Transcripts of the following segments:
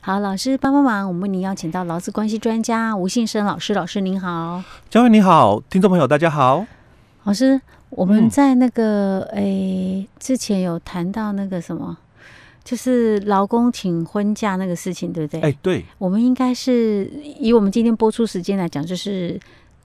好，老师帮帮忙，我们为您邀请到劳资关系专家吴信生老师，老师您好，嘉惠你好，听众朋友大家好。老师，我们嗯在那个诶、之前有谈到那个什么，就是劳工请婚假那个事情，对不对？哎、对，我们应该是以我们今天播出时间来讲，就是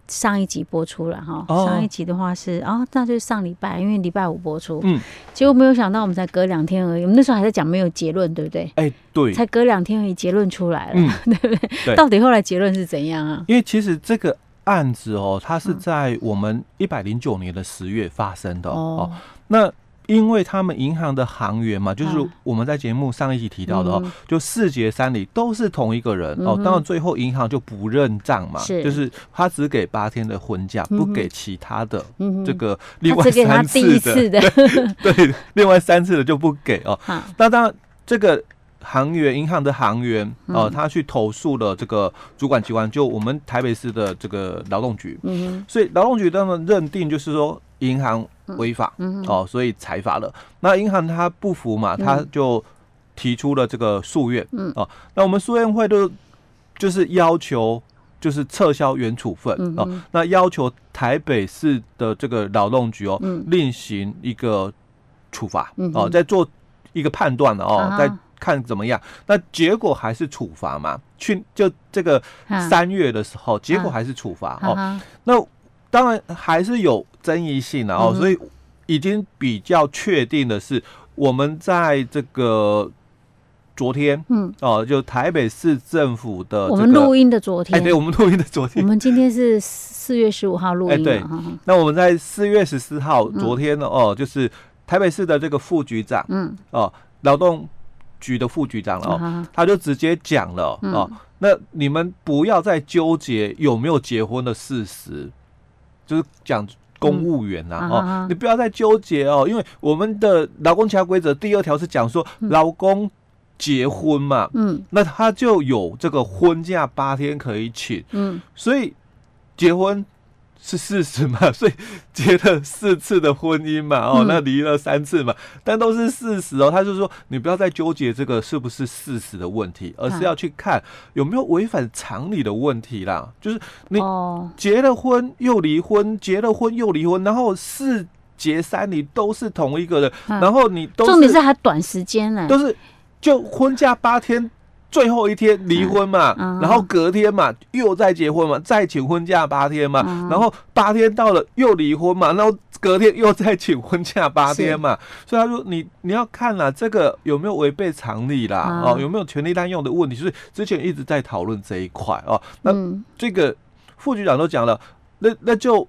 上一集播出了哈。哦上一集的话是哦，那就是上礼拜，因为礼拜五播出。嗯。结果没有想到，我们才隔两天而已。我们那时候还在讲没有结论，对不对？哎、对，才隔两天而已，结论出来了，嗯对不对？对到底后来结论是怎样啊？因为其实这个案子哦，它嗯是在我们一百零九年的十月发生的哦。哦，那因为他们银行的行员嘛，就是嗯我们在节目上一集提到的哦，嗯就四节三里都是同一个人嗯哦。哼当然最后银行就不认账嘛，是就是他只给八天的婚假，不嗯哼给其他的。嗯哼这个另外他只给他三第一次次的，的， 对，另外三次的就不给哦。哈，那当然，这个行员银行的行员哦、嗯他去投诉了这个主管机关，就我们台北市的这个劳动局，嗯哼，所以劳动局当然认定就是说银行违法、嗯哼，哦，所以裁罚了。那银行他不服嘛，嗯他就提出了这个诉愿，嗯哦，那我们诉愿会都就是要求。就是撤销原处分、嗯哦，哼，那要求台北市的这个劳动局哦，嗯另行一个处罚、嗯哦，哼再做一个判断了哦啊，再看怎么样。那结果还是处罚嘛？去就这个哈三月的时候，结果啊还是处罚、哈哦。哈那当然还是有争议性的哦嗯，哼所以已经比较确定的是，我们在这个昨天嗯，哦，就台北市政府的我呃这们录个。音的嗯昨哎，天，对，我们录音的 昨我天，们今天是四月十五号录哎音对嘛，哈哈那我们在四月十四号，昨天呢，哦，就是台北市的这个副局长，嗯，哦，劳动局的副局长了好哦，好，他就直接讲了嗯哦，那你们不要再纠结有没有结婚的事实，就是讲公务员呐、嗯哦，啊哈哈你不要再纠结哦，因为我们的劳工其他规则第二条是讲说劳工结婚嘛，嗯那他就有这个婚假八天可以请，嗯所以结婚是事实嘛， 所以结了四次的婚姻嘛，哦嗯，那离了三次嘛，但都是事实哦。他就说，你不要再纠结这个是不是事实的问题，而啊是要去看有没有违反常理的问题啦。就是你哦，结了婚又离婚，结了婚又离婚，然后四结三离都是同一个人，啊然后你都重点是还短时间呢，都是就婚假八天，最后一天离婚嘛，嗯嗯然后隔天嘛又再结婚嘛，再请婚假八天嘛，嗯然后八天到了又离婚嘛，然后隔天又再请婚假八天嘛，所以他说你你要看啦、这个有没有违背常理啦，嗯哦，有没有权利滥用的问题，就是之前一直在讨论这一块哦，那嗯这个副局长都讲了，那那就。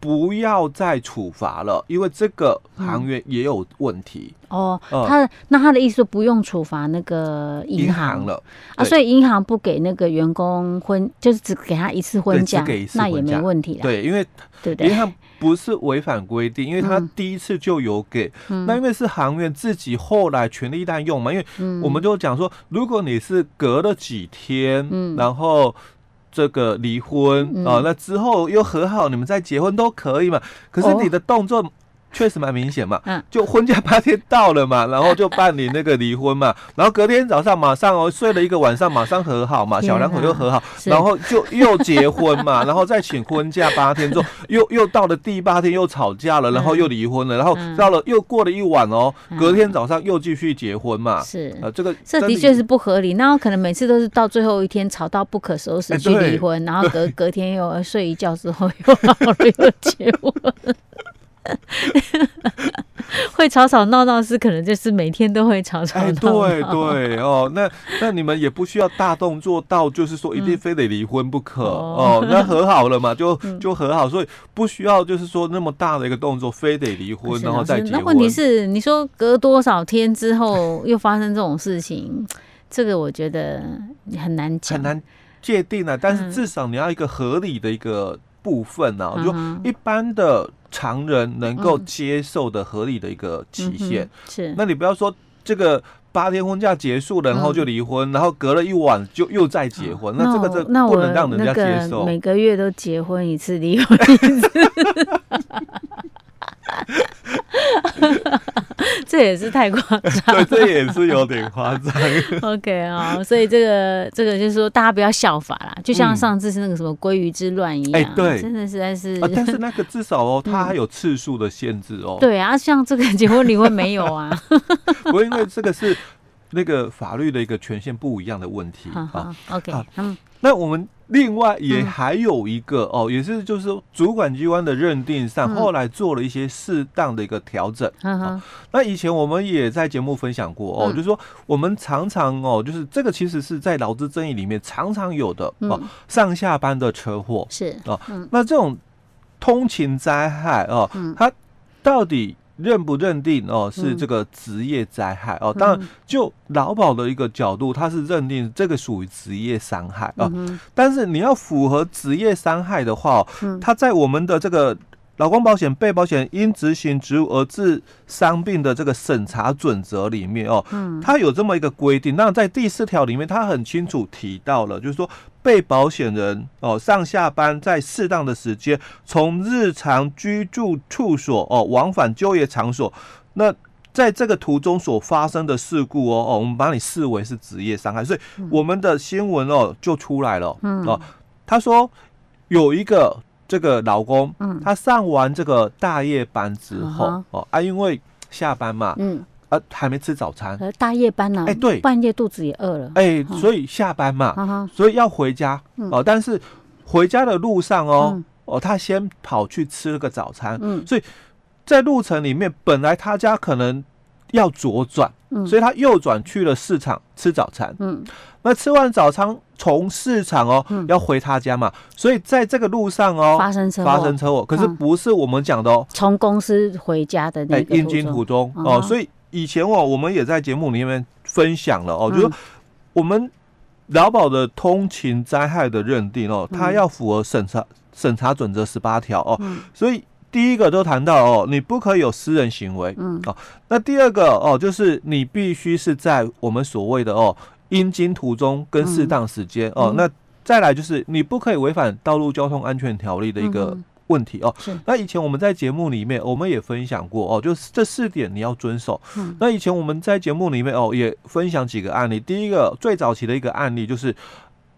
不要再处罚了，因为这个嗯行员也有问题，哦，嗯他的那他的意思说不用处罚那个银行行了。啊，对所以银行不给那个员工婚，就是只给他一次婚对假只给一，次那也婚没假问题啦，对，因为对不银对？行不是违反规定，因为他嗯第一次就有给，那嗯因为是行员自己后来权利滥用嘛，因为嗯我们就讲说，如果你是隔了几天，嗯然后。这个离婚啊、嗯那之后又和好，你们再结婚都可以嘛。可是哦你的动作确实蛮明显嘛，嗯就婚假八天到了嘛，然后就办理那个离婚嘛， 然后隔天早上马上哦睡了一个晚上，马上和好嘛，小两口就和好，啊是然后就又结婚 嘛，然后再请婚假八天之后，又又到了第八天又吵架了，然后嗯又离婚了，然后嗯到了又过了一晚哦，嗯隔天早上又继续结婚嘛，是啊，这个嗯这真的确是不合理。那可能每次都是到最后一天吵到不可收拾哎去离对婚，然后隔隔天又呃睡一觉之后 又好了又结婚。会吵吵闹闹是可能就是每天都会吵吵 哎，闹闹。对 对哦，那那你们也不需要大动作到，就是说一定嗯非得离婚不可、哦哦。那和好了嘛，就 嗯就和好，所以不需要就是说那么大的一个动作，非得离不婚是啊然后老再师结那婚。问题是，你说隔多少天之后又发生这种事情，这个我觉得很难讲，很难界定啊，但嗯是至少你要一个合理的一个部分呢、啊，嗯就哼一般的常人能够嗯接受的合理的一个期限。嗯哼是。那你不要说这个八天婚假结束了，然后就离婚，然后隔了一晚就又再结婚，那这个这嗯那我不能让人家接那受个。 每个月都结婚一次， 离婚一次。这也是太夸张。对， 这也是有点夸张。 OK 啊、所以这个这个就是说，大家不要效法啦，就像嗯上次是那个什么鲑鱼之乱一样，哎对真的实在是。 啊，但是那个至少哦，它还有次数的限制哦。，嗯对啊，像这个结婚离婚没有 啊，不过因为这 个是那个法律的一个权限不一样的问题好啊。好，OK，好嗯，那我们另外也嗯还有一个哦，也是就是说主管机关的认定上，嗯后来做了一些适当的一个调整。哈哈，那以前我们也在节目分享过哦，嗯就是说我们常常哦，就是这个其实是在劳资争议里面常常有的哦嗯，上下班的车祸。是，那这种通勤灾害哦嗯，它到底认不认定哦是嗯这个职业灾害哦？当然，就劳保的一个角度，它是认定这个属于职业伤害哦嗯。哼但是你要符合职业伤害的话、哦，嗯它在我们的这个劳工保险被保险因执行职务而致伤病的这个审查准则里面哦，嗯它有这么一个规定。那在第四条里面，它很清楚提到了，就是说被保险人哦上下班在适当的时间，从日常居住处所哦往返就业场所，那。在这个途中所发生的事故哦哦，我们把你视为是职业伤害，所以我们的新闻哦就出来了、嗯哦。他说有一个这个老公，嗯他上完这个大夜班之后、啊哦啊，因为下班嘛，嗯，啊还没吃早餐，呃，大夜班呢，哎对半夜肚子也饿了，哎、哦所以下班嘛，哈哈，所以要回家嗯哦，但是回家的路上哦、嗯哦，他先跑去吃了个早餐，嗯在路程里面本来他家可能要左转，嗯，所以他右转去了市场吃早餐。嗯那吃完早餐从市场哦、嗯要回他家嘛，所以在这个路上哦发生车祸，发生车祸，可是嗯不是我们讲的哦，从公司回家的哎、那个阴途经中途中嗯哦，哼所以以前哦，我们也在节目里面分享了哦，就是说嗯我们劳保的通勤灾害的认定哦，它嗯要符合审查审查准则十八条哦，嗯所以第一个都谈到哦，你不可以有私人行为，哦嗯那第二个哦，就是你必须是在我们所谓的哦阴经途中跟适当时间、哦嗯，那再来就是你不可以违反道路交通安全条例的一个嗯问题哦。是那以前我们在节目里面我们也分享过哦，就是这四点你要遵守。嗯那以前我们在节目里面哦也分享几个案例，第一个最早期的一个案例就是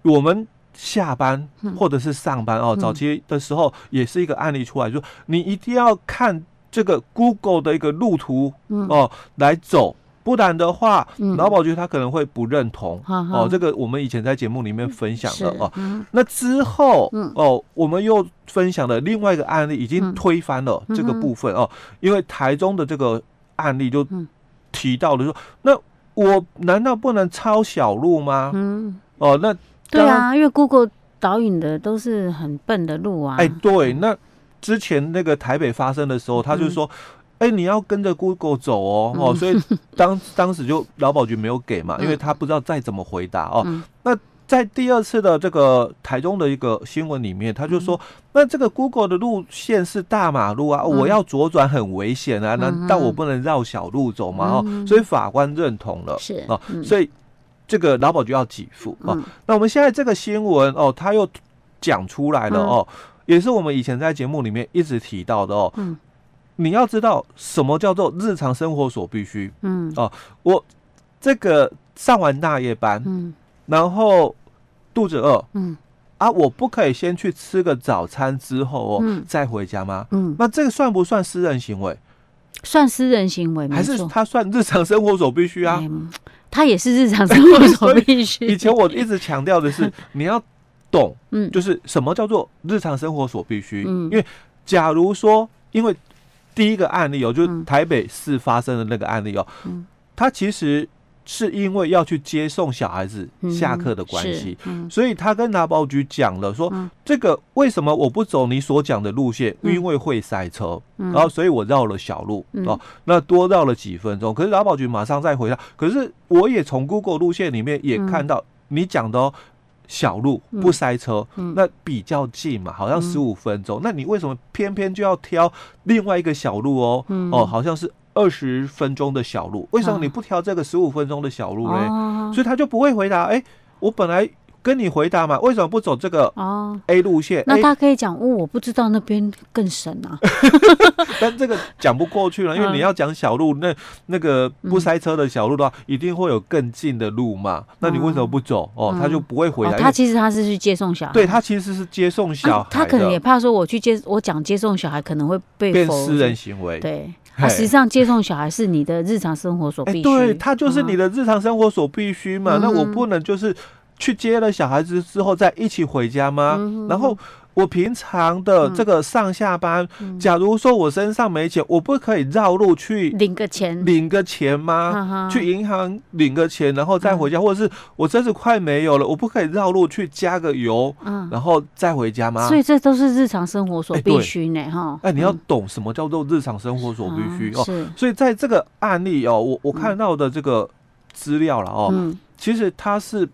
我们。下班嗯或者是上班哦，嗯早期的时候也是一个案例出来，就是你一定要看这个 Google 的一个路途嗯哦来走，不然的话，嗯劳保局他可能会不认同。哈哈哦，这个我们以前在节目里面分享是了哦。嗯那之后嗯，哦，我们又分享了另外一个案例，已经嗯推翻了这个嗯哼部分哦，因为台中的这个案例就嗯提到了说，那我难道不能抄小路吗？嗯，哦，那对当然，啊，因为 Google 导引的都是很笨的路啊，哎，对，那之前那个台北发生的时候，他就嗯说。哎、你要跟着 Google 走哦，哦，嗯所以 当当时就劳保局没有给嘛，因为嗯他不知道再怎么回答哦。嗯在第二次的这个台中的一个新闻里面，他就说，嗯那这个 Google 的路线是大马路啊，我要左转很危险啊，难道嗯哼我不能绕小路走吗？哦，嗯所以法官认同了，是哦，嗯所以这个劳保局要给付哦。嗯那我们现在这个新闻哦，他又讲出来了嗯哦，也是我们以前在节目里面一直提到的哦。嗯你要知道什么叫做日常生活所必须，嗯这个上完大夜班，嗯然后肚子饿。嗯啊，我不可以先去吃个早餐之后哦、嗯再回家吗？嗯，那这个算不算私人行为？算私人行为没还是错，他算日常生活所必须啊？嗯他也是日常生活所必须。 以前我一直强调 的是，你要懂，嗯就是什么叫做日常生活所必须。嗯因为假如说，因为第一个案例哦，就是嗯台北市发生的那个案例哦，嗯他其实是因为要去接送小孩子嗯下课的关是系，嗯所以他跟拿保局讲了说，嗯这个为什么我不走你所讲的路线？嗯因为会塞车，嗯然后所以我绕了小路、嗯哦，那多绕了几分钟。可是劳保局马上再回答，可是我也从 Google 路线里面也嗯看到你讲的哦。小路嗯不塞车，嗯那比较近嘛，好像嗯十五分钟。那你为什么偏偏就要挑另外一个小路哦？嗯哦，好像是二十分钟的小路，为什么啊你不挑这个十五分钟的小路呢？哦所以他就不会回答。哎、我本来跟你回答嘛，为什么不走这个哦。 A 路线？那 A 他可以讲，哦，我不知道那边更深啊。但这个讲不过去了，因为嗯你要讲小路，那那个不塞车的小路的话，一定会有更近的路嘛。那你为什么不走？哦，他就不会回哦来。，因他为其实他是去接送小孩，对他其实是接送小啊，他孩可能也的，怕说我去接，我讲接送小孩可能会被变否私人行为。对，嘿啊，实际上接送小孩是你的日常生活所哎、必须，啊对，它就是你的，的日常生活所必须嘛。那我嗯不能就是去接了小孩子之后再一起回家吗？嗯啊然后我平常的这个上下班，嗯假如说我身上没钱，我不可以绕路去领个钱，领个钱吗？哈哈去银行领个钱，然后再回家，或者是我真是快没有了，我不可以绕路去加个油，嗯，然后再回家吗？所以这都是日常生活所哎必对须呢，哈，哎，你要嗯懂什么叫做日常生活所必须、啊哦。是，所以在这个案例哦，我我看到的这个资料了哦，嗯其实他是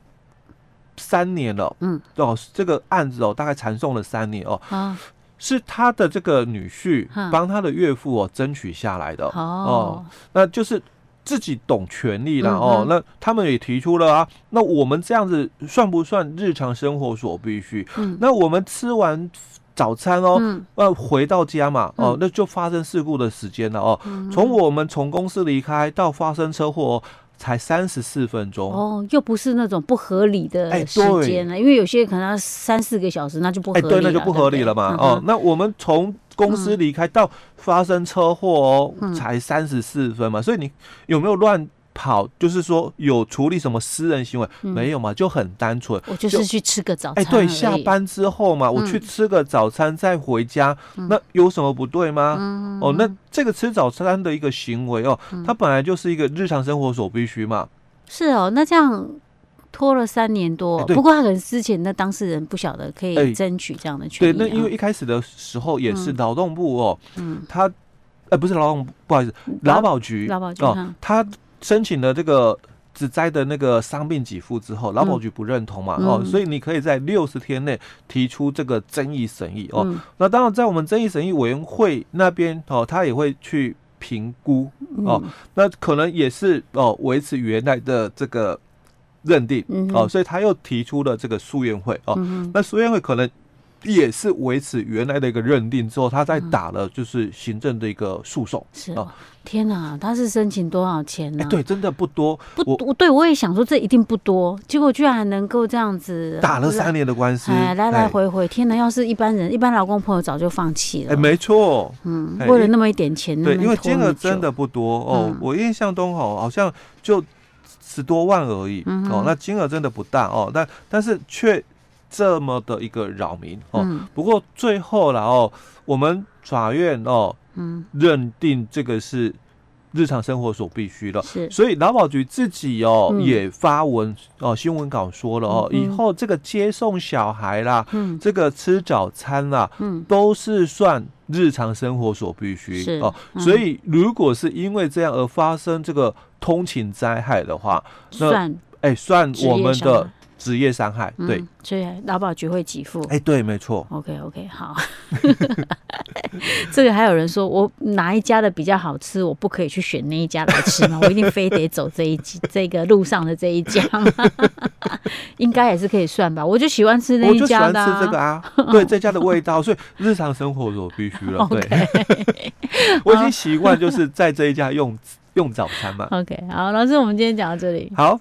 三年了，嗯，哦，这个案子哦，大概缠讼了三年哦，啊，是他的这个女婿哈帮他的岳父哦争取下来的，哦，那就是自己懂权利了嗯哦哼。那他们也提出了啊，那我们这样子算不算日常生活所必须？嗯那我们吃完早餐哦，嗯呃，回到家嘛，哦、嗯那就发生事故的时间了哦。嗯从我们从公司离开到发生车祸、哦，才三十四分钟。哦，又不是那种不合理哎的时对间了，因为有些可能要三四个小时，那就不合哎，理了，对，那就不合理了对嗯嘛。哦，，那我们从公司离开到发生车祸哦，嗯才三十四分嘛，所以你有没有乱跑？就是说有处理什么私人行为嗯没有嘛？就很单纯。嗯哼我就就是去吃个早哎，餐，嗯对，下，班之后嘛，我去吃个早餐再回家，那有什么不对嗯吗？哦，那这个吃早餐的一个行为哦，嗯它本来就是一个日常生活所必须嘛。是哦，那这样。拖了三年多，哎对不过他可能之前的当事人不晓得可哎以争取这样的权对，益啊。那因为一开始的时候也是嗯劳动部哦，嗯，它，呃，不是劳动部，不好意思，劳保局，劳保局哦哈，他申请了这个只灾的那个伤病给付之后，劳保局不认同嘛，哦，嗯所以你可以在六十天内提出这个争议审议哦。嗯那当然，在我们争议审议委员会那边哦，他也会去评估，哦嗯那可能也是哦维持原来的这个认定嗯哦，哼所以他又提出了这个诉愿会哦，嗯那苏院会可能也是维持原来的一个认定之后，他嗯再打了就是行政的一个诉讼。是哦哦，天哪，他是申请多少钱呢、哎、对，真的不多，不我多，对我也想说这一定不多，结果居然还能够这样子打了来三年的官司，哎，来来哎。回回，天哪！要是一般人，一般劳工朋友早就放弃了。哎，没错，嗯哎，为了那么一点钱，对，那么因为拖金那么额真久，的不多哦，嗯我印象中哦，好像就十多万而已、嗯哦哼，那金额真的不大哦，但但是却这么的一个扰民哦。嗯不过最后了哦，我们法院哦嗯，认定这个是日常生活所必须的，是所以劳保局自己哦、嗯也发文哦、新闻稿说了哦，嗯以后这个接送小孩啦，嗯这个吃早餐啦，嗯都是算日常生活所必须是哦。嗯所以如果是因为这样而发生这个通勤灾害的话，那算哎、算职业我们伤的害职业伤害。对，嗯，所以劳保局会给付。哎、对，没错。 OK OK，好。 这个还有人说，我哪一家的比较好吃，我不可以去选那一家来吃吗？我一定非得走这一 这个路上的这一家吗？ 应该也是可以算吧。我就喜欢吃那我一就喜家欢的、吃这个啊。 啊，对这家的味道，所以日常生活所必须了。对 我已经习惯就是在这一家用用早餐嘛。 OK，好，老师，我们今天讲到这里。好，